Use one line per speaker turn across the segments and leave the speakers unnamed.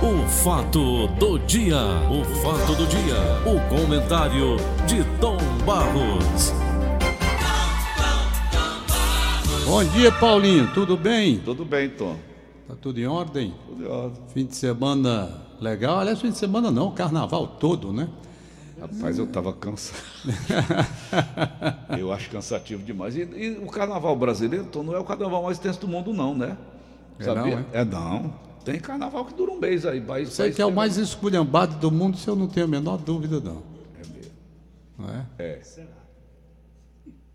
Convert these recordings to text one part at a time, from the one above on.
O fato do dia, o fato do dia, o comentário de Tom Barros.
Bom dia, Paulinho. Tudo bem?
Tudo bem, Tom.
Tá tudo em ordem?
Tudo em ordem.
Fim de semana legal. Aliás, fim de semana não, carnaval todo, né?
Rapaz, eu tava cansado. eu acho cansativo demais. E, e o carnaval brasileiro, Tom, não é o carnaval mais tenso do mundo, não, né?
É
Sabia?
não, é?
é não. Tem carnaval que dura um mês aí. País,
Sei
país
que é o
tem-
mais esculhambado do mundo, se eu não tenho a menor dúvida, não.
É mesmo.
não é?
É.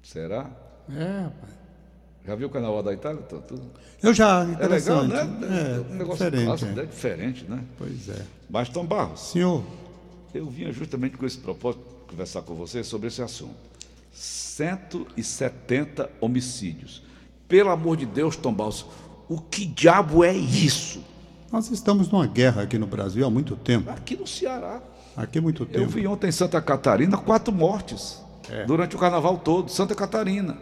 Será?
É, rapaz.
Já viu o carnaval da Itália? Tom? Tudo-
Eu já,
É legal,
interessante.
né?
É, diferente.
clássico,
é.
né? diferente, né?
Pois é.
Mas, Tom Barros,
Senhor,
eu vinha justamente com esse propósito conversar com você sobre esse assunto. 170 homicídios. Pelo amor de Deus, Tom Barros, o que diabo é isso?
nós estamos numa guerra aqui no Brasil há muito tempo.
Aqui no Ceará.
Aqui há muito tempo.
Eu vi ontem em Santa Catarina quatro mortes durante o carnaval todo, Santa Catarina.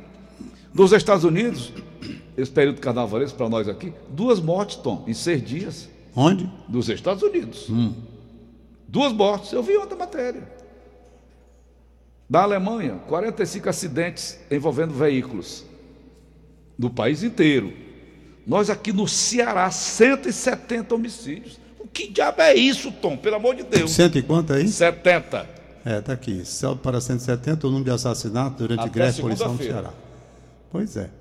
Nos Estados Unidos, esse período carnavalesco para nós aqui, duas mortes, Tom, em seis dias.
Onde?
dos Estados Unidos. Duas mortes, eu vi outra matéria. Da Alemanha, 45 acidentes envolvendo veículos. Do país inteiro. Nós aqui no Ceará, 170 homicídios. O que diabo é isso, Tom? Pelo amor de Deus.
Cento e quanto aí?
70.
É, está aqui. Sobe para 170 o número de assassinatos durante
Até
greve policial no
segunda-feira.
Ceará. Pois é,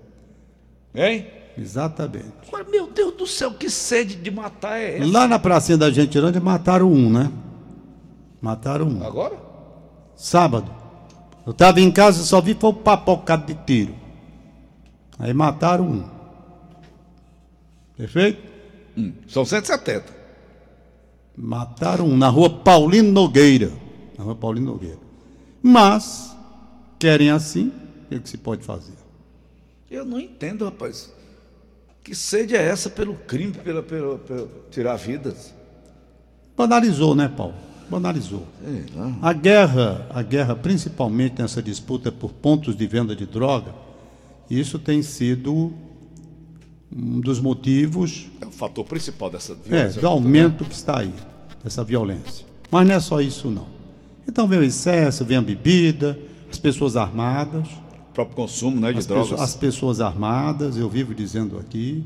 Hein?
exatamente.
Mas, meu Deus do céu, que sede de matar é essa?
Lá na pracinha da Gentilândia mataram um, né? Mataram um.
Agora?
Sábado. Eu estava em casa e só vi foi o papocado de tiro. Aí mataram um. Perfeito?
Hum, São 170.
Mataram um na rua Paulino Nogueira. Na rua Paulino Nogueira. Mas, querem assim, o que, que se pode fazer?
Eu não entendo, rapaz. Que sede é essa pelo crime, pela, pela, pela- tirar vidas?
Banalizou, né, Paulo? Banalizou.
Sei lá.
A guerra, a guerra, principalmente nessa disputa por pontos de venda de droga, isso tem sido um dos motivos
É o fator principal dessa
É,
violência.
do aumento que está aí, dessa violência. Mas não é só isso, não. Então vem o excesso, vem a bebida, as pessoas armadas.
O próprio consumo né, de
As,
drogas.
pessoas- as pessoas armadas, eu vivo dizendo aqui,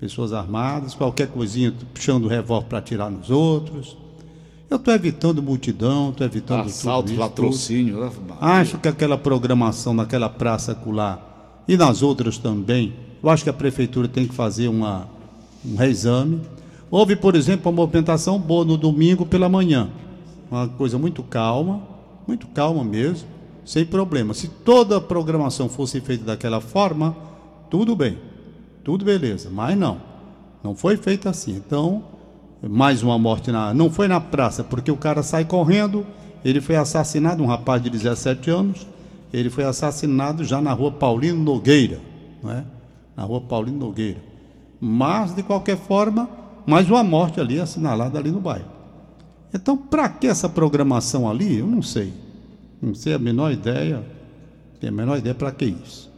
pessoas armadas, qualquer coisinha puxando o revólver para atirar nos outros. Eu estou evitando multidão, estou evitando tudo
Assalto,
isso, tudo. Ah,
latrocínio. né?
Acho que aquela programação naquela praça acolá e nas outras também, eu acho que a prefeitura tem que fazer uma, um reexame. Houve, por exemplo, uma movimentação boa no domingo pela manhã. Uma coisa muito calma, muito calma mesmo, sem problema. Se toda a programação fosse feita daquela forma, tudo bem, tudo beleza, mas não. Não foi feito assim. Então, mais uma morte na. Não foi na praça, porque o cara sai correndo. Ele foi assassinado, um rapaz de 17 anos. Ele foi assassinado já na rua Paulino Nogueira. Não é? Na rua Paulino Nogueira. Mas, de qualquer forma, mais uma morte ali assinalada ali no bairro. Então, para que essa programação ali? Eu não sei. Não sei a menor ideia. Tem a menor ideia para que isso.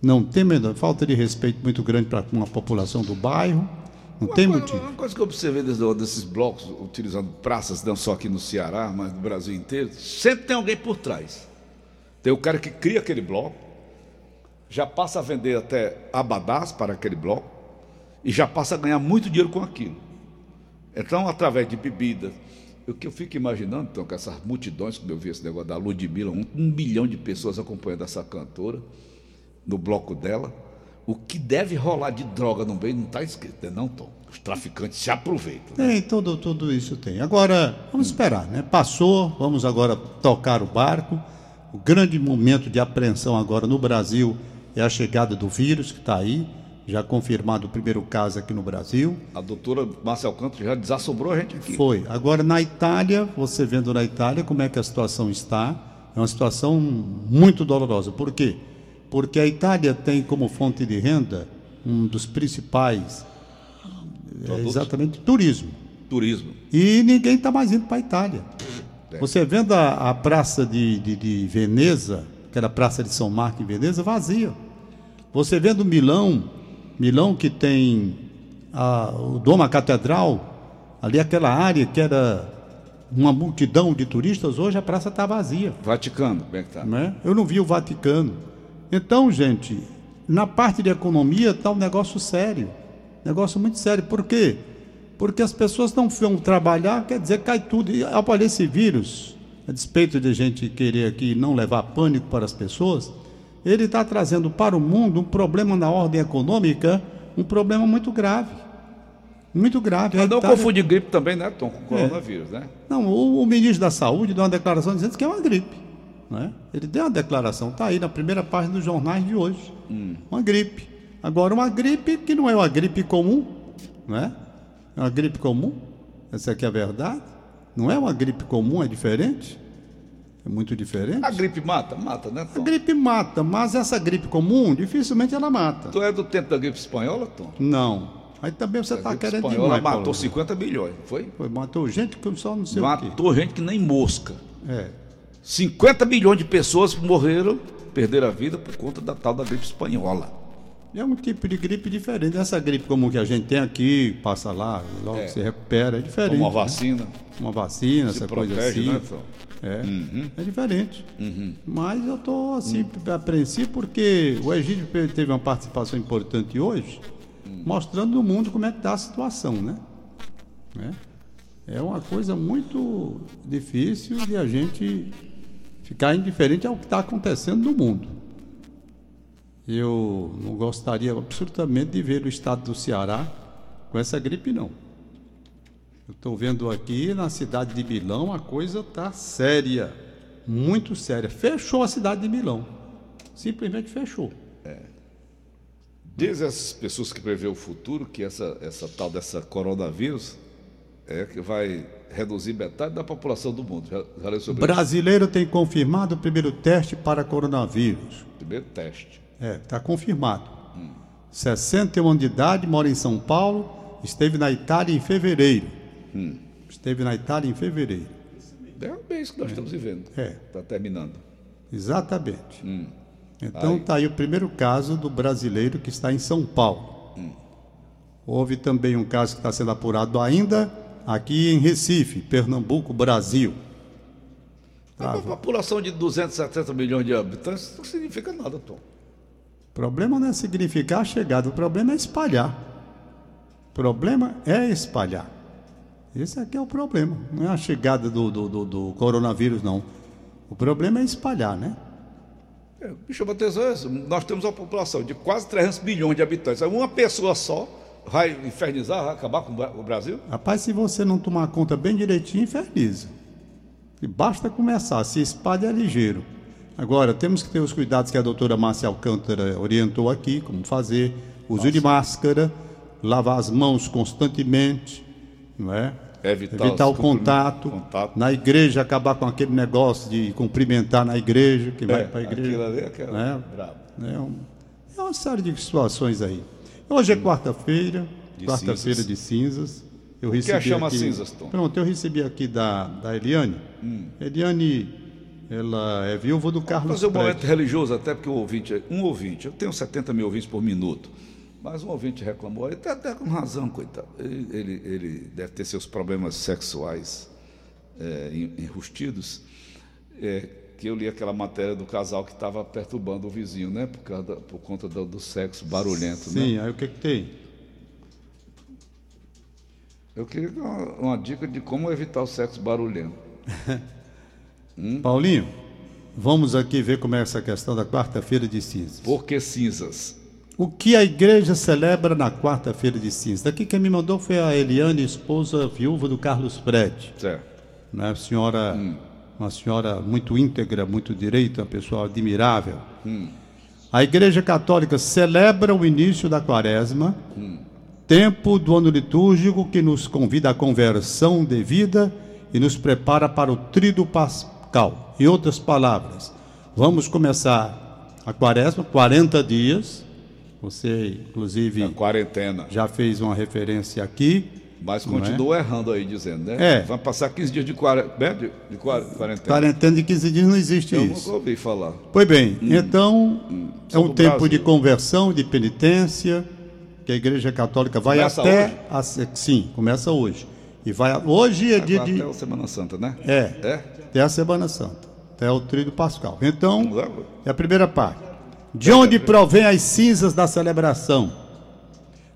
Não tem a menor. Falta de respeito muito grande para com a população do bairro. Não tem
uma, coisa,
motivo.
uma coisa que eu observei desses, desses blocos, utilizando praças, não só aqui no Ceará, mas no Brasil inteiro, sempre tem alguém por trás. Tem o cara que cria aquele bloco, já passa a vender até abadás para aquele bloco e já passa a ganhar muito dinheiro com aquilo. Então, através de bebidas, o que eu fico imaginando, então, com essas multidões, como eu vi esse negócio da Ludmilla, um, um milhão de pessoas acompanhando essa cantora no bloco dela, o que deve rolar de droga no meio não está escrito, né, não, Tom? Os traficantes se aproveitam. né?
Tem, tudo, tudo isso tem. Agora, vamos esperar, né? Passou, vamos agora tocar o barco. O grande momento de apreensão agora no Brasil é a chegada do vírus que está aí. Já confirmado o primeiro caso aqui no Brasil.
A doutora Márcia Alcântara já desassobrou a gente aqui.
Foi. Agora na Itália, você vendo na Itália como é que a situação está, é uma situação muito dolorosa. Por quê? Porque a Itália tem como fonte de renda um dos principais, é,
Produtos?
exatamente, turismo.
Turismo.
E ninguém está mais indo para a Itália. Você vendo a, a praça de, de, de Veneza, aquela praça de São Marco em Veneza, vazia. Você vendo Milão, Milão que tem a, o Doma Catedral, Ali aquela área que era uma multidão de turistas, hoje a praça está vazia.
Vaticano, como é que tá?
né? Eu não vi o Vaticano. Então, gente, na parte de economia está um negócio sério. Negócio muito sério. Por quê? Porque as pessoas não vão trabalhar, quer dizer, cai tudo. E olha esse vírus, a despeito de a gente querer aqui não levar pânico para as pessoas, ele está trazendo para o mundo um problema na ordem econômica, um problema muito grave. Muito grave. tá
Mas
A
não
Itália-
confunde gripe também, né, Tom,
É.
com coronavírus, né?
não, o, o ministro da Saúde deu uma declaração dizendo que é uma gripe. Né? Ele deu uma declaração, está aí na primeira página dos jornais de hoje.
Hum.
Uma gripe. Agora, uma gripe que não é uma gripe comum, não é? É uma gripe comum, essa aqui é a verdade. Não é uma gripe comum, é diferente. É muito diferente.
A gripe mata? Mata, né,
A
Tom?
gripe mata, mas essa gripe comum, dificilmente ela mata.
Tu é do tempo da gripe espanhola, Tom?
Não. Aí também você
A
está
gripe
Tá querendo
espanhola
demais,
matou
Paulo.
50 milhões, não foi?
Foi, matou gente que eu só não sei o quê.
Matou gente que nem mosca.
É.
50 milhões de pessoas morreram, perderam a vida por conta da tal da gripe espanhola.
É um tipo de gripe diferente. Essa gripe comum que a gente tem aqui, passa lá, logo
É.
se recupera, é diferente.
Uma
né?
vacina,
Uma vacina,
se
essa coisa
protege,
assim.
né, Tom?
É, é diferente. Mas eu estou assim, apreensivo, porque o Egídio pe- teve uma participação importante hoje, mostrando no mundo como é que está a situação, né? né? É uma coisa muito difícil de a gente ficar indiferente ao que está acontecendo no mundo. Eu não gostaria absolutamente de ver o estado do Ceará com essa gripe, não. Eu estou vendo aqui na cidade de Milão a coisa está séria, muito séria. Fechou a cidade de Milão, simplesmente fechou.
Diz essas pessoas que prevê o futuro que essa, essa tal dessa coronavírus é que vai reduzir metade da população do mundo. Já, já leu sobre
Brasileiro tem confirmado o primeiro teste para coronavírus.
isso? Primeiro teste.
É, está confirmado. 61 anos de idade, mora em São Paulo, esteve na Itália em fevereiro. Esteve na Itália em fevereiro.
É bem isso que nós estamos vivendo.
É.
Está terminando.
Exatamente. Então está aí o primeiro caso do brasileiro que está em São Paulo. Houve também um caso que está sendo apurado ainda aqui em Recife, Pernambuco, Brasil. Tá,
Uma população de 270 milhões de habitantes não significa nada, Tom.
O problema não é significar a chegada, o problema é espalhar. O problema é espalhar. Esse aqui é o problema. Não é a chegada do, do, do- do coronavírus, não. O problema é espalhar, né?
É, me chama atenção é isso. Nós temos uma população de quase 300 milhões de habitantes. Aí Uma pessoa só vai infernizar, vai acabar com o Bra- o Brasil?
Rapaz, se você não tomar conta bem direitinho, inferniza. E basta começar, se espalha é ligeiro. Agora, temos que ter os cuidados que a doutora Márcia Alcântara orientou aqui, como fazer, uso de máscara, lavar as mãos constantemente, não é?
Evitar
o
os cumprimen-
contato,
contato.
Na igreja, acabar com aquele negócio de cumprimentar na igreja, que vai para a igreja.
Aquilo ali é aquela.
né?
Brabo.
É, um- é uma série de situações aí. Hoje é quarta-feira,
De
quarta-feira
cinzas.
de cinzas. Eu recebi
chama
aqui,
cinzas, Tom? Hum.
Pronto, eu recebi aqui da, da Eliane. Eliane, ela é viúva do Carlos
Fazer um
Prete.
momento religioso, até porque o ouvinte, um ouvinte, eu tenho 70 mil ouvintes por minuto, mas um ouvinte reclamou, ele está até com razão, coitado. Ele, ele- ele deve ter seus problemas sexuais é, en- enrustidos, é, que eu li aquela matéria do casal que estava perturbando o vizinho, né? Por, causa da- por conta do, do sexo barulhento, né?
Sim, aí o que, que tem?
Eu queria dar uma, uma dica de como evitar o sexo barulhento. Hum?
Paulinho, vamos aqui ver como é essa questão da quarta-feira de cinzas.
Por que cinzas?
O que a igreja celebra na quarta-feira de cinzas? Daqui quem me mandou foi a Eliane, esposa viúva do Carlos Prete.
Certo.
né? Senhora, uma senhora muito íntegra, muito direita, uma pessoa admirável. A Igreja Católica celebra o início da Quaresma, tempo do ano litúrgico que nos convida à conversão de vida e nos prepara para o Tríduo Pascal. Em outras palavras, vamos começar a Quaresma, 40 dias. Você,
É.
inclusive,
Quarentena.
já fez uma referência aqui.
Mas
Não é?
continua errando aí, dizendo, né?
É.
Vai passar 15 dias de, quare... né? de, de quare- quarentena.
Quarentena de 15 dias não existe
Eu
isso.
nunca ouvi falar.
Pois bem, então é
Só
um
Hum. do
tempo
Brasil.
de conversão, de penitência, que a Igreja Católica vai
Começa
até
hoje?
a se- sim, começa hoje. E vai. Hoje é dia
Agora
de.
até o Semana Santa, né?
É.
É?
Até a Semana Santa, até o tríduo pascal. Então,
Vamos lá.
é a primeira parte. De onde provém as cinzas da celebração?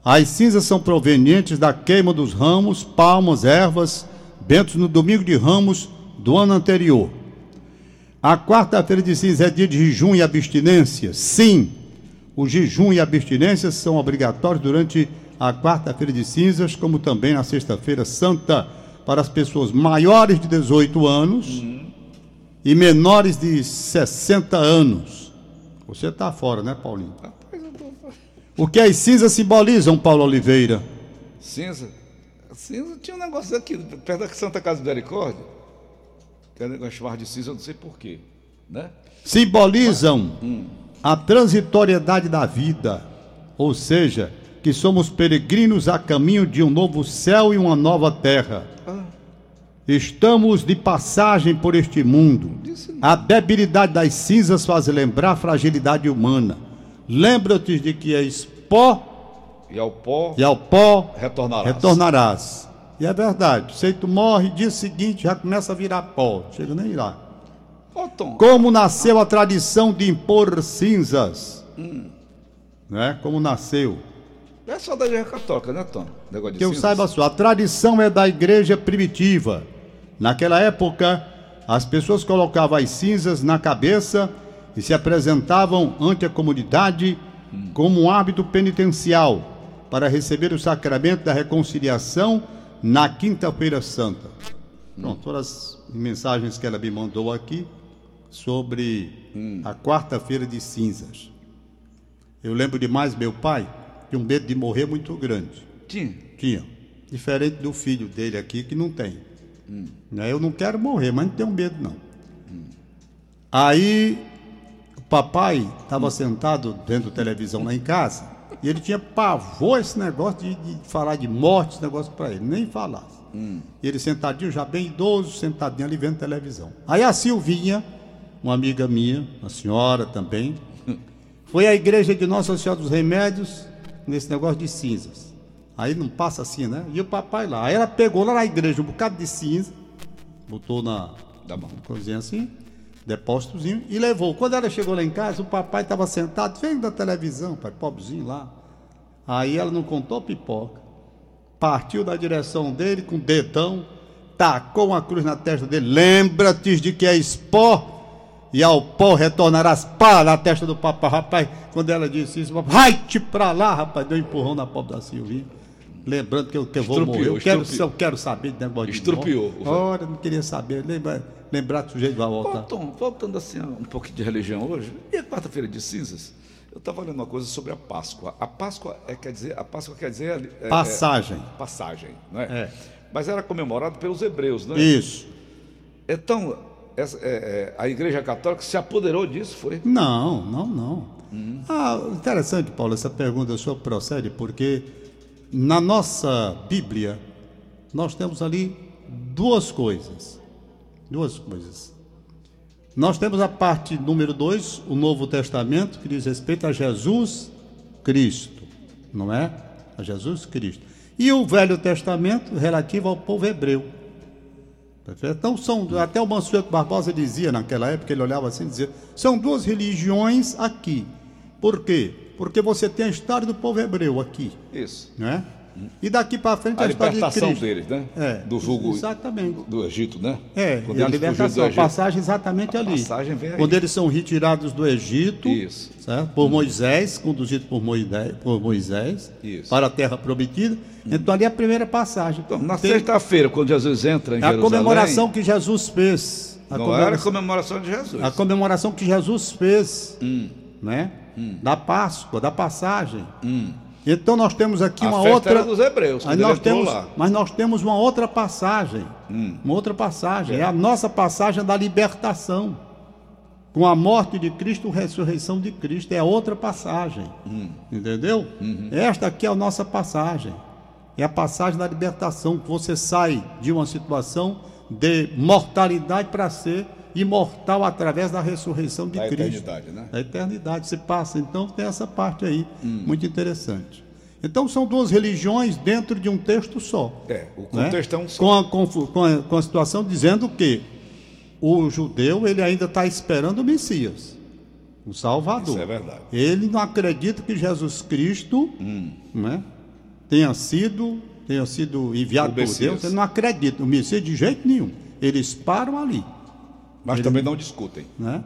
As cinzas são provenientes da queima dos ramos, palmas, ervas, bentos no domingo de ramos do ano anterior. A quarta-feira de cinzas é dia de jejum e abstinência? Sim, o jejum e a abstinência são obrigatórios durante a quarta-feira de cinzas, como também na sexta-feira santa, para as pessoas maiores de 18 anos e menores de 60 anos. Você está fora, né, Paulinho? O que as cinzas simbolizam, Paulo Oliveira?
Cinza. Cinza tinha um negócio aqui, perto da Santa Casa do Misericórdia. Que era um negócio chamado de cinza, eu não sei porquê. Né?
simbolizam a transitoriedade da vida, ou seja, que somos peregrinos a caminho de um novo céu e uma nova terra. Estamos de passagem por este mundo. A debilidade das cinzas faz lembrar a fragilidade humana. Lembra-te de que és pó
E ao pó
e ao pó
retornará.
retornarás. E é verdade. Se tu morre, dia seguinte já começa a virar pó. Chega nem lá.
Ô, Tom,
Como nasceu a tradição de impor cinzas? Né? Como nasceu?
é só da Igreja Católica, né, Tom? Negócio de
Que eu
cinza.
saiba só, a tradição é da igreja primitiva. Naquela época, as pessoas colocavam as cinzas na cabeça e se apresentavam ante a comunidade como um hábito penitencial para receber o sacramento da reconciliação na quinta-feira santa. Pronto, todas as mensagens que ela me mandou aqui sobre a quarta-feira de cinzas. Eu lembro demais meu pai, tinha um medo de morrer muito grande.
Tinha.
Tinha. Diferente do filho dele aqui, que não tem. Né, Eu não quero morrer, mas não tenho medo, não. Aí, o papai estava sentado dentro da televisão lá em casa, e ele tinha pavor esse negócio de, de falar de morte, esse negócio para ele, nem falasse. E ele sentadinho, já bem idoso, sentadinho ali vendo televisão. Aí a Silvinha, uma amiga minha, uma senhora também, foi à igreja de Nossa Senhora dos Remédios nesse negócio de cinzas. Aí não passa assim, né? E o papai lá. Aí ela pegou lá na igreja um bocado de cinza, botou na
Tá bom.
cozinha assim, depósitozinho, e levou. Quando ela chegou lá em casa, o papai estava sentado, vendo da televisão, pai, pobrezinho lá. Aí ela não contou pipoca. Partiu da direção dele com o dedão, tacou uma cruz na testa dele. Lembra-te de que és pó e ao pó retornarás pá na testa do papai. Rapaz, quando ela disse isso, o papai, vai-te pra lá, rapaz, deu um empurrão na pobre da Silvinha. Lembrando que eu, que eu vou
Estrupiou,
morrer. Eu quero,
estrupiou.
eu quero saber de negócio
Estrupiou.
de morte. Ora, não queria saber. Lembra, lembrar que o sujeito vai
Ô,
voltar.
Tom, voltando assim a um pouquinho de religião hoje, e a quarta-feira de cinzas? Eu estava lendo uma coisa sobre a Páscoa. A Páscoa é, quer dizer, a Páscoa quer dizer é, é,
Passagem.
passagem, não é?
É.
Mas era comemorado pelos hebreus, não é?
Isso.
Então, essa- é, é, a Igreja Católica se apoderou disso, foi?
Não, não, não. Ah, interessante, Paulo, essa pergunta sua procede porque na nossa Bíblia nós temos ali duas coisas. Duas coisas. Nós temos a parte número 2, o Novo Testamento, que diz respeito a Jesus Cristo, não é? A Jesus Cristo. E o Velho Testamento relativo ao povo hebreu. Perfeito? Então, são, até o Mansueto Barbosa dizia naquela época, ele olhava assim e dizia: são duas religiões aqui. Por quê? Porque você tem a história do povo hebreu aqui,
Isso.
né? E daqui para frente
A
a, história de
libertação
Cristo.
deles, né?
É,
do julgo
exatamente.
do Egito, né?
É,
Quando
e a
eles fugiram do
libertação, a
Egito.
passagem exatamente
A
ali.
passagem vem aí.
Quando eles são retirados do Egito,
Isso.
certo? por Moisés, conduzido por Moisés, por Moisés
Isso.
para a terra prometida. Então ali é a primeira passagem.
Então, na
Tem
sexta-feira, quando Jesus entra em
a
Jerusalém...
comemoração que Jesus fez. A
Não
comemora-
era a comemoração de Jesus. Hum.
a comemoração que Jesus fez, né? Da Páscoa, da passagem. Então nós temos aqui
Hum. A
uma
festa
outra.
era dos hebreus,
Aí
quando ele
nós
entrou
temos,
lá. Hum.
mas nós temos uma outra passagem, uma outra passagem. É. a nossa passagem da libertação, com a morte de Cristo, a ressurreição de Cristo é outra passagem.
Hum.
Entendeu?
Uhum.
Esta aqui é a nossa passagem. É a passagem da libertação, que você sai de uma situação de mortalidade para ser imortal através da ressurreição de
Da
Cristo.
eternidade, né? Hum.
Da eternidade. Você passa, então tem essa parte aí, muito interessante. Então são duas religiões dentro de um texto só.
É, o
né?
contexto é um só.
Com a, confu- com a- com a situação dizendo que o judeu ele ainda está esperando o Messias, o Salvador.
Isso é verdade.
Ele não acredita que Jesus Cristo
Hum.
né, tenha sido tenha sido enviado
O
por
Messias.
Deus. Ele não acredita o Messias de jeito nenhum. Eles param ali,
Mas também não discutem.
né?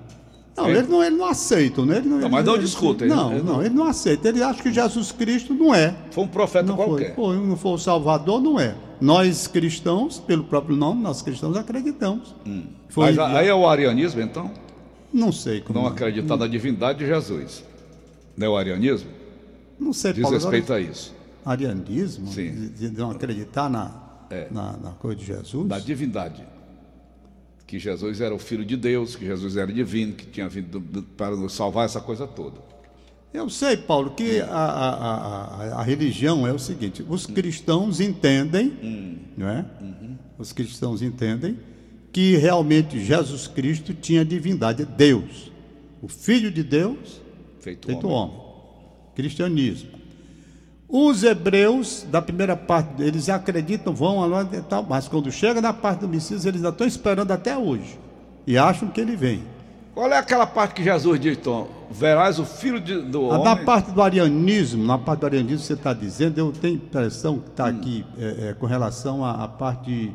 Não,
É.
ele não, ele não aceita, né? Ele não, ele
mas não
ele-
discutem,
Não,
né? Ele
não, ele não aceita. Ele acha que Jesus Cristo não é
Foi um profeta
não Foi.
qualquer.
Pô, não foi o Salvador, não é. Nós cristãos, pelo próprio nome, nós cristãos acreditamos. Foi,
Mas a- aí é o arianismo, então?
não sei como.
Não
é.
acreditar na divindade de Jesus. Não é o arianismo?
Não sei,
Diz
Paulo,
respeito a isso.
agora, arianismo,
Sim. É.
de, de não acreditar na, na, na coisa de Jesus.
Da divindade. Que Jesus era o Filho de Deus, que Jesus era divino, que tinha vindo do- do- para nos salvar essa coisa toda.
Eu sei, Paulo, que a, a- a- a- a religião é o seguinte: os cristãos entendem, não é? Os cristãos entendem que realmente Jesus Cristo tinha divindade, é Deus, o Filho de Deus
Feito,
feito
homem.
homem. Cristianismo. Os hebreus, da primeira parte, eles acreditam, vão lá e tal, mas quando chega na parte do Messias, eles ainda estão esperando até hoje. E acham que ele vem.
Qual é aquela parte que Jesus diz, Tom? Verás o Filho de- do
Ah,
homem.
Na parte do arianismo, na parte do arianismo que você está dizendo, eu tenho impressão que está
Hum.
aqui é, é, com relação à, à parte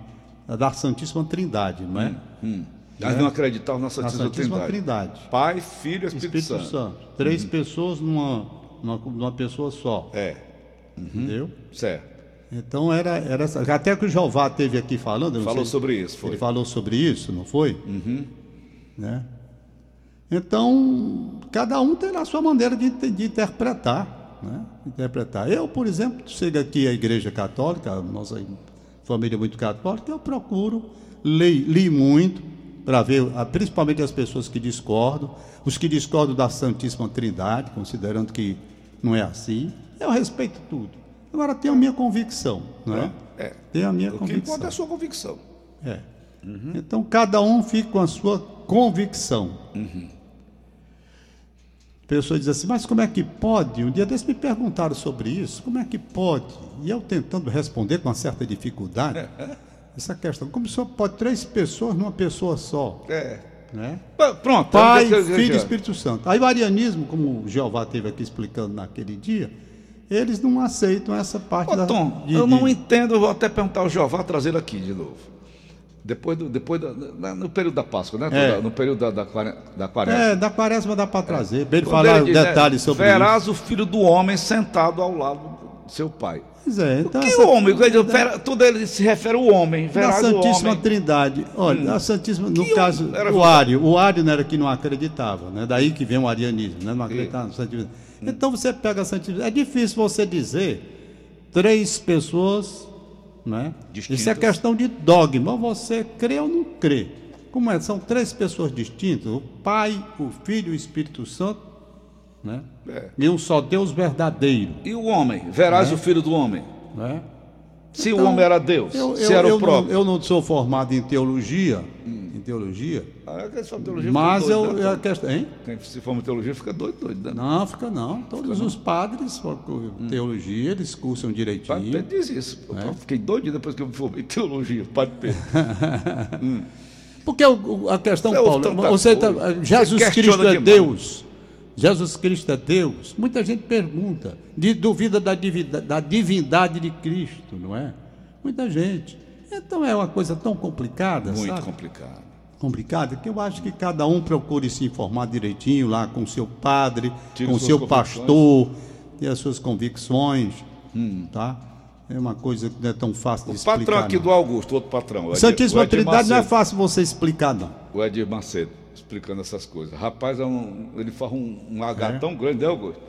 da Santíssima Trindade, não é?
Mas não acreditavam na
Da
Hum. Santíssima,
É. Santíssima
Trindade.
Trindade.
Pai, Filho e Espírito,
Espírito
Santo. Uhum.
Santo. Três pessoas numa, numa, numa pessoa só.
É,
Entendeu?
certo.
Então era, era essa. Até que o Jeová teve aqui falando. eu não
Falou
sei-
sobre isso, foi. Uhum.
Ele falou sobre isso, não foi? Né? Então, cada um tem a sua maneira de, inter- de interpretar, né? Interpretar. Eu, por exemplo, chego aqui à Igreja Católica, a nossa família é muito católica, eu procuro, li, li muito para ver, ah, principalmente as pessoas que discordam, os que discordam da Santíssima Trindade, considerando que não é assim. Eu respeito tudo. Agora tenho a minha convicção, não é?
É.
Tenho a minha
O que
convicção.
importa é a sua convicção.
É. Então cada um fica com a sua convicção. A pessoa diz assim, mas como é que pode? Um dia desse me perguntaram sobre isso, como é que pode? E eu tentando responder com uma certa dificuldade essa questão. Como só pode três pessoas numa pessoa só?
É.
Né?
Pô, Pronto.
Pai,
Então, Eu- eu- eu-
Filho e
eu-
Espírito Santo. Aí o arianismo, como o Jeová teve aqui explicando naquele dia, eles não aceitam essa parte
Ô,
da.
Tom,
de-
eu
de-
não entendo, eu vou até perguntar ao Jeová trazer ele aqui de novo. Depois, do, depois da- na- no período da Páscoa, né?
É.
Toda- No período da, da, quaren- da quaresma.
É, da quaresma dá para trazer. Bem, ele
Quando
falar
ele diz, né,
detalhes sobre isso.
Verás o filho do homem sentado ao lado do seu pai.
Pois é, então
Que
essa-
homem? Quer dizer, vera- Tudo ele se refere ao homem.
da
Verás o
Santíssima
homem. Hum.
Trindade. Olha, a Santíssima, no
Que
caso,
era
o
verdade.
Ário. O Ário não era que não acreditava, né? Daí que vem o arianismo, né? Não acreditava na Santíssima.
Hum.
Então você pega a Santíssima. É difícil você dizer três pessoas, né?
Distintas.
Isso é questão de dogma. Você crê ou não crê. Como é? São três pessoas distintas: o Pai, o Filho e o Espírito Santo, né?
É.
E um só Deus verdadeiro,
E o homem? Verás o filho do homem.
né?
Se o
Então,
homem era Deus,
Eu,
se
eu-
era
eu
o próprio.
Não, eu não sou formado em teologia, em teologia,
Ah, quem se forma em teologia fica
mas
doido,
eu,
né,
é a
Tom?
questão, hein?
Quem se forma em teologia fica doido, doido. Né?
Não, fica não. Todos os padres formam teologia, eles cursam
O Padre Pedro
direitinho.
diz isso. Eu
Né?
fiquei doido depois que eu me formei em teologia, Padre Pedro.
Porque o- o- a questão,
Você é ouve
Paulo,
tanta
você tá-
coisa,
Jesus
você questiona
Cristo é
demais.
Deus. Jesus Cristo é Deus. Muita gente pergunta, de- duvida da divida- da divindade de Cristo, não é? Muita gente. Então é uma coisa tão complicada,
Muito
sabe?
complicado.
complicada, que eu acho que cada um procure se informar direitinho lá com seu padre,
Tire
com
suas
seu
convicções.
pastor, ter as suas convicções, tá? É uma coisa que não é tão fácil de
Hum. O
explicar.
patrão aqui
não.
do Augusto, outro patrão. o Edir- o
Santíssima
Edir
Trindade não é
Macedo.
fácil você explicar, não.
O Edir Macedo, explicando essas coisas. Rapaz, é um- ele faz um, um
É.
H tão grande, né, Augusto?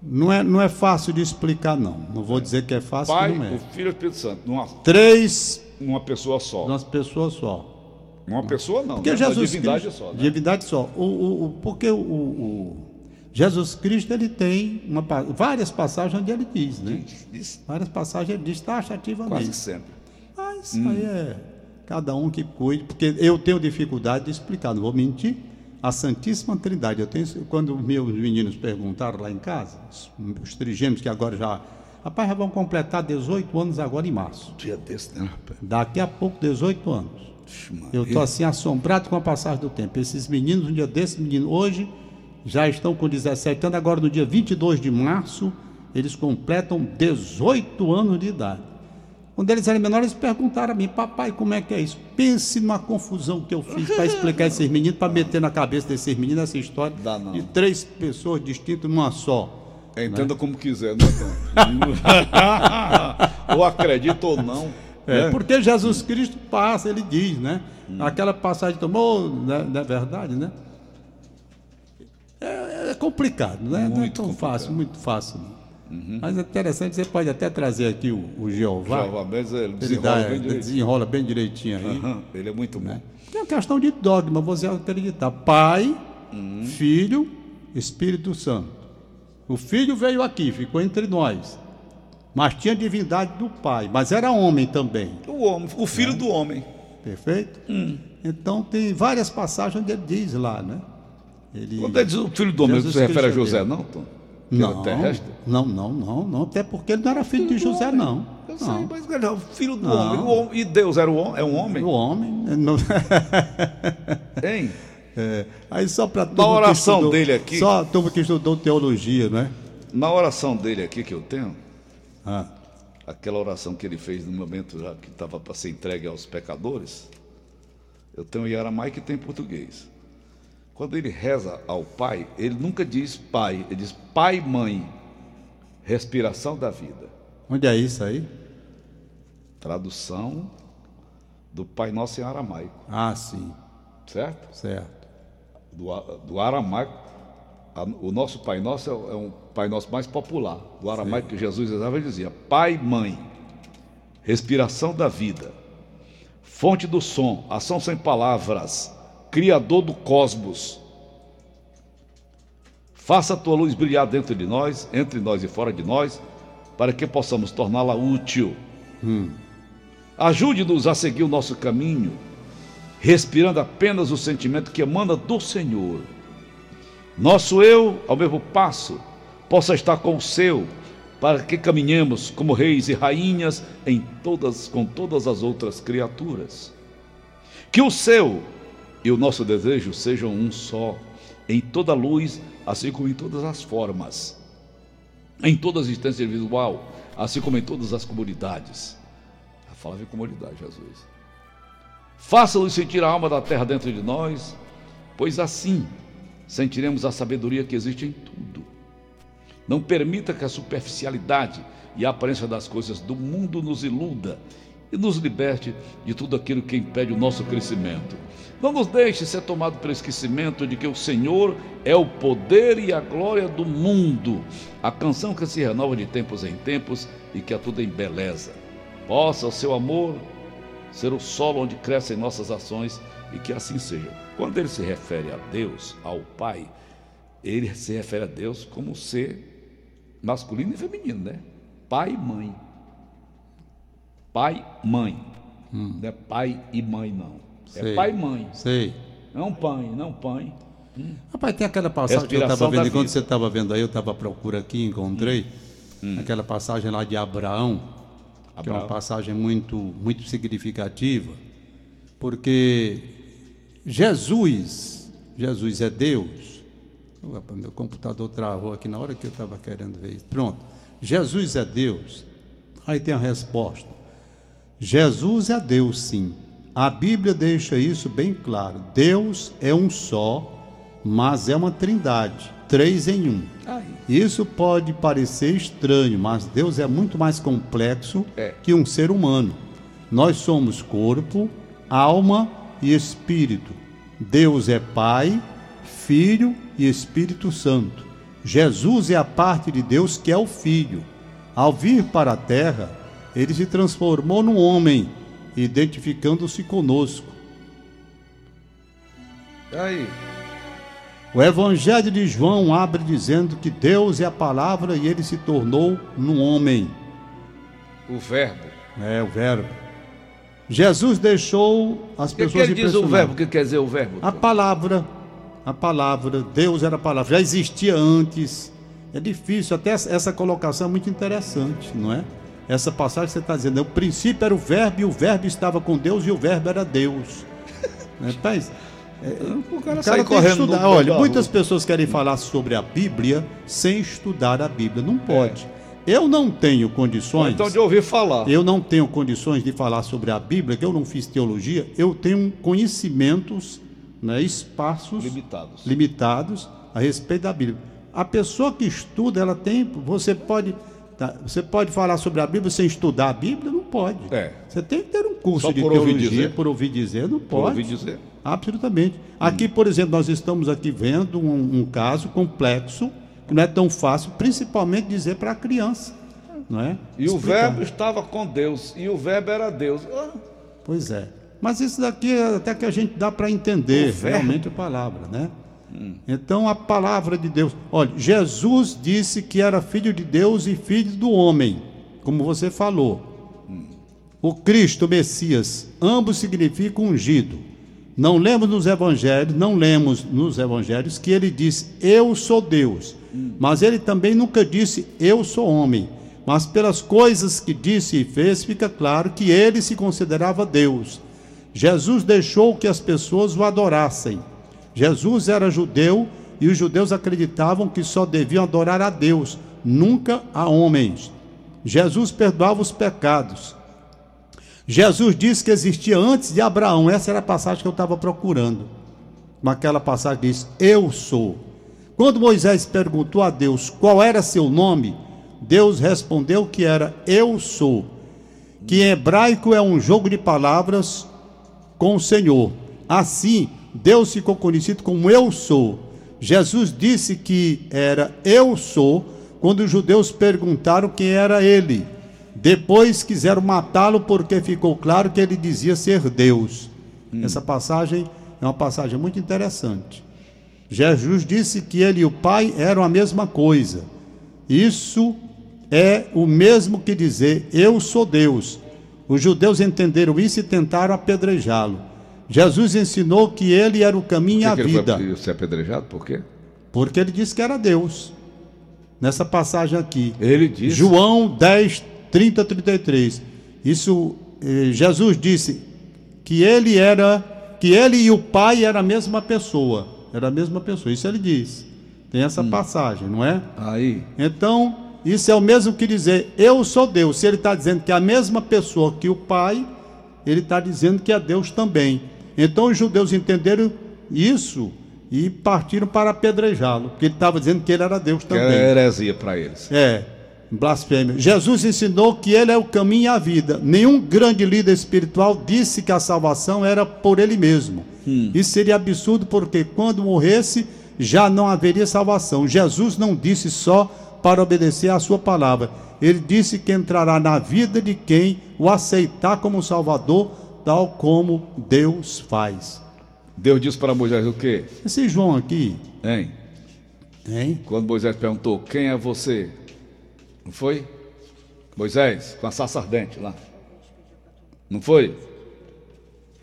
Não é, não é fácil de explicar, não. Não vou dizer que é fácil,
Pai,
que não
o
é.
Filho e o Espírito Santo, numa,
Três,
numa pessoa só.
umas pessoas só.
Uma pessoa não,
Porque
né? Uma
Jesus
divindade
Cristo,
só. né?
divindade só. O, o- o- porque o, o- o- Jesus Cristo ele tem uma pa- várias passagens onde ele diz, né?
Isso,
Várias passagens ele diz
quase
taxativamente.
sempre.
Mas isso aí é cada um que cuide, porque eu tenho dificuldade de explicar, não vou mentir. A Santíssima Trindade, eu tenho, quando meus meninos perguntaram lá em casa, os, os trigêmeos que agora já Rapaz, já vão completar 18 anos agora em março.
Dia
"Ah,
desse, né, rapaz?
Daqui a pouco, 18 anos.
Ixi, mano.
Eu estou assim assombrado com a passagem do tempo. Esses meninos, um dia desse menino, hoje, já estão com 17 anos. Agora, no dia 22 de março, eles completam 18 anos de idade. Quando eles eram menores, eles perguntaram a mim, papai, como é que é isso? Pense numa confusão que eu fiz para explicar esses meninos, para meter na cabeça desses meninos essa história
Dá não.
de três pessoas distintas numa só.
É, entenda como quiser, né? então? ou acredita ou não.
É.
né?
Porque Jesus Cristo passa, ele diz, né?
Hum.
Aquela passagem tomou, né, não é verdade, né? É, é complicado, né? não é
Muito
tão
complicado. Uhum.
fácil, muito fácil. Mas é interessante, você pode até trazer aqui o, o Jeová.
Jeová Mendes, ele
Ele
desenrola
dá-
bem direitinho.
desenrola bem direitinho aí.
Aham, Ele é muito bom.
É uma questão de dogma, você acreditar. Pai,
Uhum.
Filho, Espírito Santo. O filho veio aqui, ficou entre nós. Mas tinha divindade do pai, mas era homem também.
O homem, o filho do homem.
Perfeito?
Hum.
Então tem várias passagens onde ele diz lá, né? Ele...
Quando ele diz o filho do homem,
Jesus
você refere a
Cristo é
José,
Deus.
não, Tom? Que era
não,
terrestre? Então,
não, não, não, não. Até porque ele não era filho de José, não.
Eu
não.
sei, mas ele é o filho do
Não.
homem. O homem. E Deus era o homem, é um homem?
O homem. né, não-
Hein?
É, Aí só para
Na oração dele aqui.
Só a turma que estudou teologia, né?
Na oração dele aqui que eu tenho,
Ah,
aquela oração que ele fez no momento já que estava para ser entregue aos pecadores, eu tenho em aramaico e tem em português. Quando ele reza ao Pai, ele nunca diz Pai, ele diz Pai, Mãe, respiração da vida.
onde é isso aí?
Tradução do Pai Nosso em aramaico,
Ah, sim,
certo?
certo.
Do, a- do aramaico, a- o nosso Pai Nosso é, o- é um Pai Nosso mais popular. Do aramaico que Jesus rezava, ele dizia Pai, Mãe, respiração da vida, fonte do som, ação sem palavras, criador do cosmos. Faça a tua luz brilhar dentro de nós, entre nós e fora de nós, para que possamos torná-la útil. Ajude-nos a seguir o nosso caminho, respirando apenas o sentimento que emana do Senhor. Nosso eu, ao mesmo passo, possa estar com o seu, para que caminhemos como reis e rainhas em todas, com todas as outras criaturas. Que o seu e o nosso desejo sejam um só, em toda luz, assim como em todas as formas, em toda a existência individual, assim como em todas as comunidades. A palavra é comunidade, Jesus. Faça-nos sentir a alma da terra dentro de nós, pois assim sentiremos a sabedoria que existe em tudo. Não permita que a superficialidade e a aparência das coisas do mundo nos iluda e nos liberte de tudo aquilo que impede o nosso crescimento. Não nos deixe ser tomado pelo esquecimento de que o Senhor é o poder e a glória do mundo, a canção que se renova de tempos em tempos e que a tudo embeleza. Possa o seu amor ser o solo onde crescem nossas ações e que assim seja. Quando ele se refere a Deus, ao Pai, ele se refere a Deus como ser masculino e feminino, né? Pai e mãe. Pai, mãe. Não é pai e mãe, não. É
Hum. Sei.
pai e mãe.
Sei.
Não pai, não pai.
Rapaz, tem aquela passagem que eu
Respiração
estava vendo,
da
enquanto
vida. Hum.
você estava vendo aí, eu estava à procura aqui, encontrei aquela passagem lá de Abraão, que é uma
Abraão.
passagem muito, muito significativa, porque Jesus, Jesus é Deus. Opa, meu computador travou aqui na hora que eu estava querendo ver isso. Pronto. Jesus é Deus. Aí tem a resposta. Jesus é Deus, sim. A Bíblia deixa isso bem claro. Deus é um só, mas é uma trindade, três em um.
Aí.
Isso pode parecer estranho, mas Deus é muito mais complexo
É.
que um ser humano. Nós somos corpo, alma e espírito. Deus é Pai, Filho e Espírito Santo. Jesus é a parte de Deus que é o Filho. Ao vir para a terra, ele se transformou num homem, identificando-se conosco.
Aí.
O Evangelho de João abre dizendo que Deus é a palavra e ele se tornou num homem.
O verbo.
É o verbo. Jesus deixou as
O que, que
pessoas
ele diz o
impressionadas.
verbo? O que quer dizer o verbo?
A palavra, a palavra, Deus era a palavra, já existia antes, É difícil, até essa essa colocação é muito interessante, não é? Essa passagem que você está dizendo, o princípio era o verbo e o verbo estava com Deus e o verbo era Deus. é, tá Rapaz,
O cara,
o cara
sai
tem que
correndo. no
estudar.
canto
Olha,
da
muitas
rua.
pessoas querem falar sobre a Bíblia sem estudar a Bíblia. Não pode. Eu não tenho
Ou
condições.
É. Então de ouvir falar.
Eu não tenho condições de falar sobre a Bíblia, que eu não fiz teologia. Eu tenho conhecimentos, né, espaços
Limitados.
limitados a respeito da Bíblia. A pessoa que estuda, ela tem. Você pode, tá, você pode falar sobre a Bíblia sem estudar a Bíblia? Não pode.
É.
Você tem que ter um curso
Só
de
por ouvir
teologia
dizer.
por ouvir dizer. Não pode.
Por ouvir dizer.
Absolutamente.
Hum.
Aqui, por exemplo, nós estamos aqui vendo um, um caso complexo que não é tão fácil, principalmente dizer para a criança, não é?
E o
Explicar.
verbo estava com Deus. E o verbo era Deus. Ah,
Pois é. Mas isso daqui é até que a gente dá para entender
O verbo. Hum.
realmente a palavra, né? Então a palavra de Deus. Olha, Jesus disse que era filho de Deus e filho do homem, como você falou. O Cristo, o Messias, ambos significam ungido. Não lemos nos evangelhos, não lemos nos evangelhos que ele diz eu sou Deus. Mas ele também nunca disse eu sou homem. Mas pelas coisas que disse e fez, fica claro que ele se considerava Deus. Jesus deixou que as pessoas o adorassem. Jesus era judeu e os judeus acreditavam que só deviam adorar a Deus, nunca a homens. Jesus perdoava os pecados. Jesus disse que existia antes de Abraão. Essa era a passagem que eu estava procurando. Mas aquela passagem diz: Eu sou. Quando Moisés perguntou a Deus qual era seu nome, Deus respondeu que era Eu sou. Que em hebraico é um jogo de palavras com o Senhor. Assim, Deus ficou conhecido como Eu Sou. Jesus disse que era Eu Sou quando os judeus perguntaram quem era ele. Depois quiseram matá-lo porque ficou claro que ele dizia ser Deus. Essa passagem é uma passagem muito interessante. Jesus disse que ele e o Pai eram a mesma coisa. Isso é o mesmo que dizer eu sou Deus. Os judeus entenderam isso e tentaram apedrejá-lo. Jesus ensinou que ele era o caminho e a
por que que ele
vida,
Foi ser apedrejado? Por quê?
porque ele disse que era Deus. Nessa passagem aqui.
Ele disse.
João 10, 30, 33. Isso, eh, Jesus disse que ele era, que ele e o Pai era a mesma pessoa. Era a mesma pessoa. Isso ele diz. Tem essa
Hum.
passagem, não é?
Aí.
Então, isso é o mesmo que dizer, eu sou Deus. Se ele está dizendo que é a mesma pessoa que o Pai, ele está dizendo que é Deus também. Então os judeus entenderam isso e partiram para apedrejá-lo, porque ele estava dizendo que ele era Deus
Que
também.
era heresia para eles.
É, blasfêmia. Jesus ensinou que ele é o caminho e a vida. Nenhum grande líder espiritual disse que a salvação era por ele mesmo. Isso seria absurdo, porque quando morresse, já não haveria salvação. Jesus não disse só para obedecer à sua palavra. Ele disse que entrará na vida de quem o aceitar como Salvador, tal como Deus faz.
Deus disse para Moisés o quê?
Esse João aqui,
Hein?
hein?
Quando Moisés perguntou: Quem é você? Não foi? Moisés, com a sarça ardente lá. Não foi?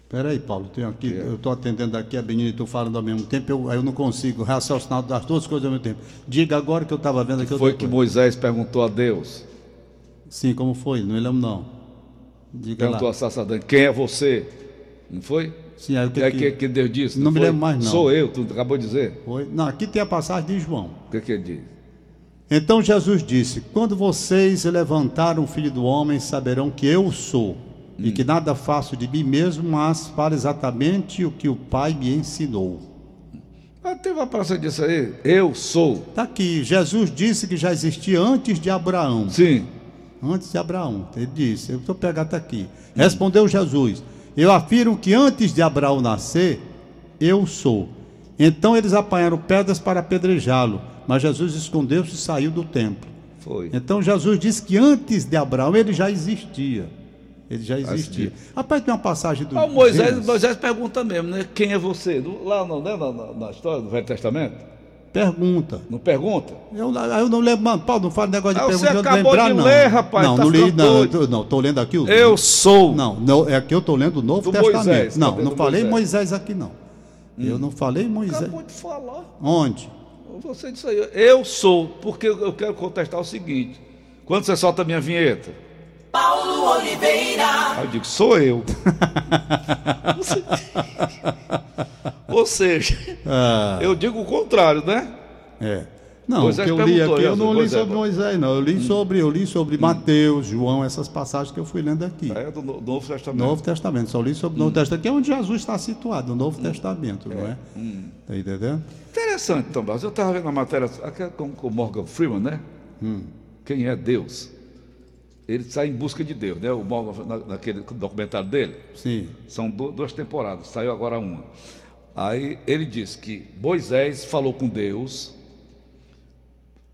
Peraí, Paulo, tenho aqui,
é?
eu estou atendendo aqui a Benina e estou falando ao mesmo tempo, eu, aí eu não consigo raciocinar das duas coisas ao mesmo tempo. Diga agora que eu estava vendo aqui outra
Foi que
coisa.
Moisés perguntou a Deus.
Sim, como foi? Não me lembro não. Diga lá.
Perguntou a sarça ardente: Quem é você? Não foi?
Sim, aí o que,
é
que-
que, que Deus disse?
Não me
foi?
lembro mais, não.
Sou eu, tu acabou de dizer.
foi? Não, aqui tem a passagem de João.
O que, que ele disse?
Então Jesus disse: Quando vocês levantarem o filho do homem, saberão que eu sou, e
Hum.
que nada faço de mim mesmo, mas falo exatamente o que o Pai me ensinou.
Ah, teve uma praça disso aí. Eu sou.
Está Tá aqui, Jesus disse que já existia antes de Abraão.
Sim.
antes de Abraão. Ele disse, eu vou pegar até aqui. Respondeu Jesus: Eu afirmo que antes de Abraão nascer, eu sou. Então eles apanharam pedras para apedrejá-lo, mas Jesus escondeu-se e saiu do templo.
Foi.
Então Jesus disse que antes de Abraão ele já existia. Ele já existia. Rapaz, tem uma passagem do
Ah, o Assim. Moisés,
Gênesis.
Moisés pergunta mesmo, né? Quem é você? No- Lá no- né, na, na- na história do Velho Testamento?
pergunta.
Não pergunta?
Eu, eu não lembro, mano, Paulo, não fala negócio de
Ah,
pergunta,
você
eu não
acabou
lembrar,
de
não.
ler, rapaz,
Não,
tá
não li,
ficando
não,
doido.
eu não, tô lendo aqui o
sou.
Não, não, é que eu estou lendo o Novo
Do
Testamento.
Moisés,
não,
tá
não
lendo
falei
Moisés. Hum.
Moisés, aqui, não. Eu não falei Moisés.
Acabou de falar.
Onde?
Você disse aí, eu sou, porque eu eu quero contestar o seguinte. Quando você solta a minha vinheta?
Paulo Oliveira,
Aí eu digo, sou eu. Você- Ou seja, eu digo o contrário, né?
Ah, É. Não, o
Moisés
que eu li
perguntou, né,
aqui, eu não li
Moisés, Hum.
sobre
agora.
Moisés, não. Eu li sobre, eu li sobre Mateus, João, essas passagens que eu fui lendo aqui.
É Hum. do no- Novo Testamento.
Novo Testamento, só li sobre o Novo Testamento, que é onde Jesus está situado, o
Hum.
Novo Testamento, não é? Tá entendendo?
Interessante, Tom Barros. Eu estava vendo a matéria aquela com com o Morgan Freeman, né? Quem é Deus? Ele sai em busca de Deus, né? O Morgan, na- naquele documentário dele.
Sim.
São du- duas temporadas, saiu agora uma. Aí ele diz que Moisés falou com Deus,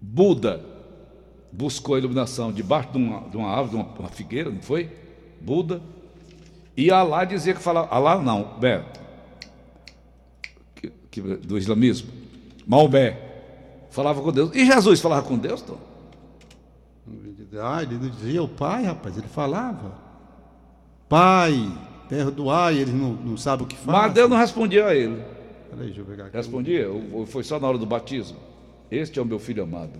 Buda buscou a iluminação debaixo de uma, de uma árvore, de uma, uma figueira, não foi? Buda. E Alá dizia que falava. Alá não, Bé, que- que- do islamismo. Maomé falava com Deus. E Jesus falava com Deus, Tom?
Ah, ele não dizia o pai, rapaz, ele falava. Pai, perdoai, eles não, não sabem o que fazem.
Mas Deus não respondia a ele.
Peraí, deixa eu pegar aqui.
Respondia? Ou ou foi só na hora do batismo? Este é o meu filho amado.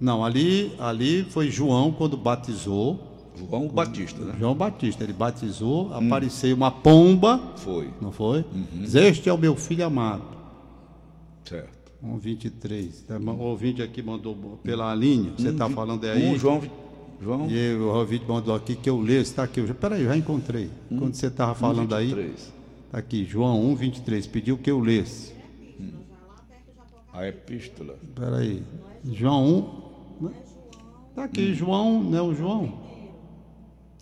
Não, ali, ali foi João quando batizou,
João Batista, né?
João Batista, ele batizou,
Hum.
apareceu uma pomba,
Foi.
não foi?
Uhum.
Diz, este é o meu filho amado.
Certo.
123. Tá, ma- O ouvinte aqui mandou pela linha, você está falando aí.
Um João. vi- João.
E o ouvinte mandou aqui que eu leio, está aqui. eu já- Peraí, eu já encontrei.
Hum.
Quando você
Um
estava falando aí,
23.
está aqui, João 1,23, pediu que eu lesse.
A epístola.
Peraí. João 1. Está aqui, João, não é o João?
Hum.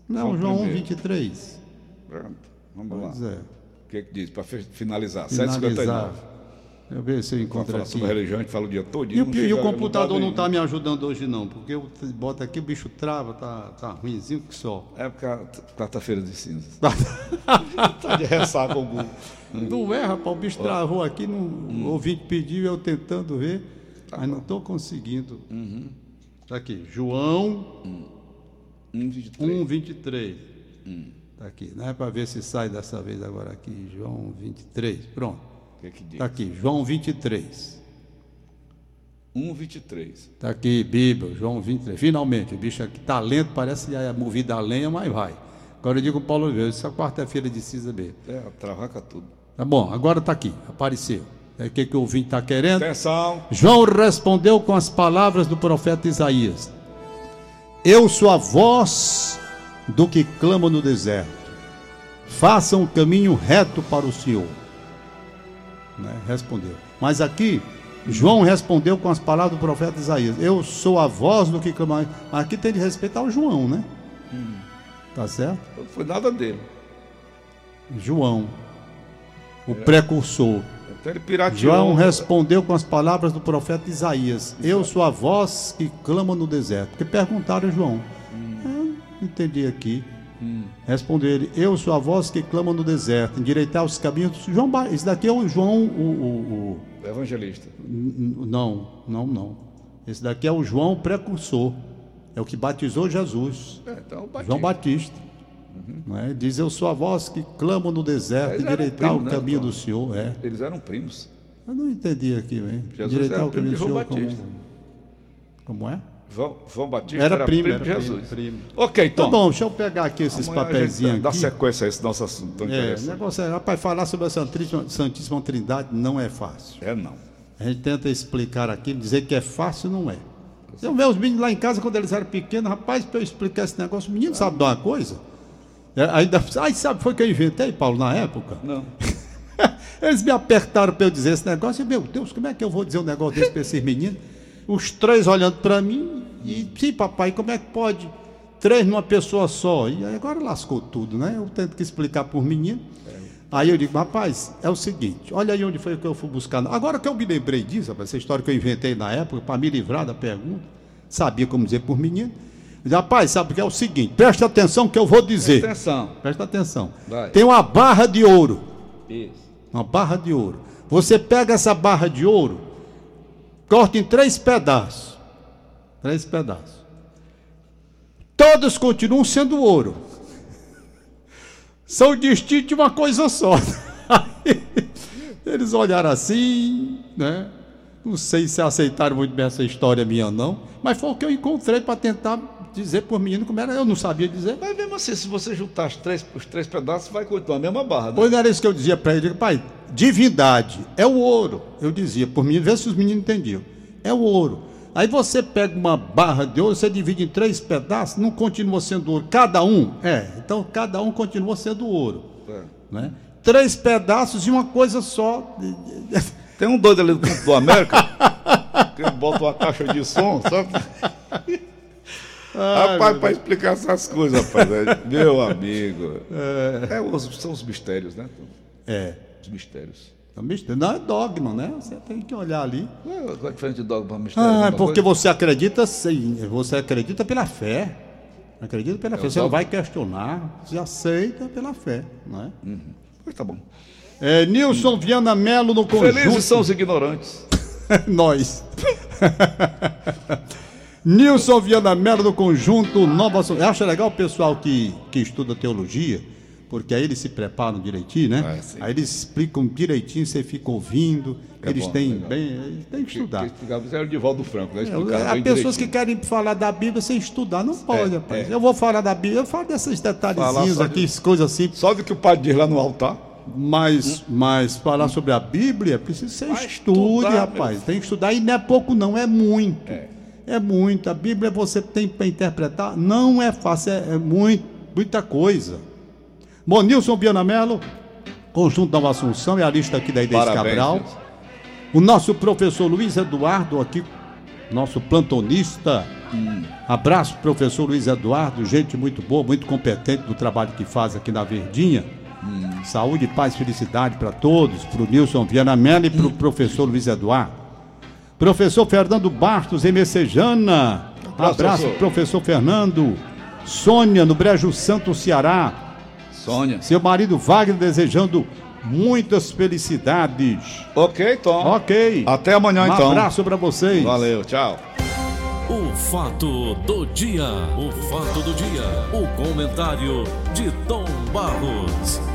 Só
Não,
o
João
primeiro.
1,23.
Pronto. Vamos
Pois
lá.
é.
O que, é que diz? Para
Finalizar.
finalizar. 759.
Deixa eu ver se eu
Vamos
encontro
falar
aqui.
sobre religião, a gente fala o dia todo.
E o,
não tá
pi- e
chega-
o computador não tá-
dá
está me ajudando hoje não, porque eu t- boto aqui, o bicho trava, tá, tá ruimzinho que só.
bem. É porque é quarta-feira de cinzas. Tá de ressaca o Google.
Não é, rapaz, o bicho travou aqui, não,
Hum.
o ouvinte pediu, eu tentando ver,
Tá
mas não estou conseguindo.
Uhum.
Tá aqui, João
1,23.
123.
Hum.
Tá aqui, né? Para ver se sai dessa vez agora aqui, João 23. Pronto.
O que é que diz?
Tá aqui, João 23.
1,23.
Tá aqui, Bíblia, João 23. Finalmente, o bicho aqui, talento, parece a movida a lenha, mas vai. Agora eu digo para o Paulo Oliveira, isso é quarta-feira de cinza mesmo.
É, travaca tudo.
Tá bom, agora tá aqui, apareceu. É o que, que o ouvinte está querendo?
Atenção.
João respondeu com as palavras do profeta Isaías: Eu sou a voz do que clama no deserto. Faça um caminho reto para o Senhor. Né? Respondeu. Mas aqui, João respondeu com as palavras do profeta Isaías: Eu sou a voz do que clama. Aqui tem de respeitar o João, né? Tá certo?
Não foi nada dele.
João, o precursor.
Até ele pirateou.
João respondeu com as palavras do profeta Isaías: Eu sou a voz que clama no deserto. Porque perguntaram a João.
Hum.
Ah, entendi aqui. Respondeu ele: Eu sou a voz que clama no deserto, endireitar os caminhos. João, Ba- esse daqui é o João, o- o- o
Evangelista.
N- n- não, não, não. Esse daqui é o João precursor. É o que batizou Jesus.
É, então,
João Batista. Não é? Diz: Eu sou a voz que clama no deserto,
Uhum. Mas era
endireitar
primo,
o
né,
caminho
Tom?
do Senhor. É.
Eles eram primos.
Eu não entendi aqui, hein?
Jesus
Endireitar
era
o caminho do
primo de
Senhor
João Batista.
como, é? como é?
João, João Batista
Era
era,
primo,
primo,
era
de Jesus.
primo,
Ok,
Tá
então.
bom, deixa eu pegar aqui esses
Amanhã a gente
papeizinhos
Dá
aqui.
sequência a esse nosso assunto tão
É, o
interessante.
negócio é, rapaz, falar sobre a Santíssima, Santíssima Trindade não é fácil.
É, não.
A gente tenta explicar aqui, dizer que é fácil, não é. Eu vejo os meninos lá em casa, quando eles eram pequenos, rapaz, para eu explicar esse negócio, o menino sabe de uma coisa? É, ainda, aí sabe, foi que eu inventei, Paulo, na época?
Não.
Eles me apertaram para eu dizer esse negócio, e meu Deus, como é que eu vou dizer um negócio desse para esses meninos? Os três olhando para mim, e sim, papai, como é que pode? Três numa pessoa só. E aí agora lascou tudo, né? Eu tento que explicar por menino. Aí eu digo, rapaz, é o seguinte, olha aí onde foi que eu fui buscar. Agora que eu me lembrei disso, rapaz, essa história que eu inventei na época, para me livrar da pergunta, sabia como dizer por menino. Eu digo, Rapaz, sabe o que é o seguinte, presta atenção que eu vou dizer.
Atenção.
Presta atenção.
Vai.
Tem uma barra de ouro.
Isso.
Uma barra de ouro. Você pega essa barra de ouro, corta em três pedaços. Três pedaços. Todos continuam sendo ouro. São distintos de uma coisa só. Eles olharam assim, né? Não sei se aceitaram muito bem essa história minha, não. Mas foi o que eu encontrei para tentar dizer para os meninos como era. Eu não sabia dizer.
Mas mesmo assim, se você juntar as três, os três pedaços, vai continuar a mesma barra. Né?
Pois não era isso que eu dizia para ele. Eu digo, Pai, divindade é o ouro. Eu dizia por mim, vê se os meninos entendiam. É o ouro. Aí você pega uma barra de ouro, você divide em três pedaços, não continua sendo ouro. Cada um? É. Então cada um continua sendo ouro.
É.
Né? Três pedaços de uma coisa só.
Tem um doido ali do canto do América, que bota uma caixa de som, só. rapaz, para explicar essas coisas, rapaz. é- Meu amigo. É, os- são os mistérios, né?
É.
Os mistérios.
Então, mistério- Não é dogma, né? Você tem que olhar ali.
Ué, Qual é a diferença de dogma para mistério?
Ah,
Alguma
porque
coisa?
você acredita sim, você acredita pela fé. Acredita pela fé. Você não
É dogma.
vai questionar, você aceita pela fé, não é?
Pois tá bom.
É, Nilson Viana Melo no conjunto. É
Felizes são os ignorantes.
Nós. Nilson Viana Melo do conjunto Nova So- Eu acho legal o pessoal que, que estuda teologia, porque aí eles se preparam direitinho, né?
Ah, sim.
aí eles explicam direitinho, você fica ouvindo,
É
eles
bom,
têm
legal.
bem. Eles têm que estudar.
Quem explicava isso era o Divaldo Franco, né? Explicava
É, Há
bem
pessoas que
direitinho.
querem falar da Bíblia sem estudar, não pode,
É,
rapaz.
é.
Eu vou falar da Bíblia, eu falo desses
Falar
detalhezinhos
só
aqui, coisas assim,
Só do que o padre diz lá no altar.
mas, mas falar sobre a Bíblia é precisa ser
Vai
estude,
estudar,
rapaz.
meu.
Tem que estudar e não é pouco, não, é muito.
É.
É, muito. A Bíblia você tem para interpretar, não é fácil, é, é muito, muita coisa. Bom, Nilson Biana Mello, Conjunto Nova Assunção, é a lista aqui da Inês
Parabéns,
Cabral.
Nilson.
O nosso professor Luiz Eduardo aqui, nosso plantonista. Abraço, professor Luiz Eduardo, gente muito boa, muito competente do trabalho que faz aqui na Verdinha. Saúde, paz, felicidade para todos, para o Nilson Viana Mello e para o professor Luiz Eduardo. Professor Fernando Bastos, em Messejana.
Abraço,
Abraço,
professor.
professor Fernando. Sônia, no Brejo Santo, Ceará.
Sônia.
Seu marido Wagner desejando muitas felicidades.
Ok, Tom.
Ok.
Até amanhã,
um
então.
abraço para vocês.
Valeu, tchau.
O fato do dia, o fato do dia, o comentário de Tom Barros.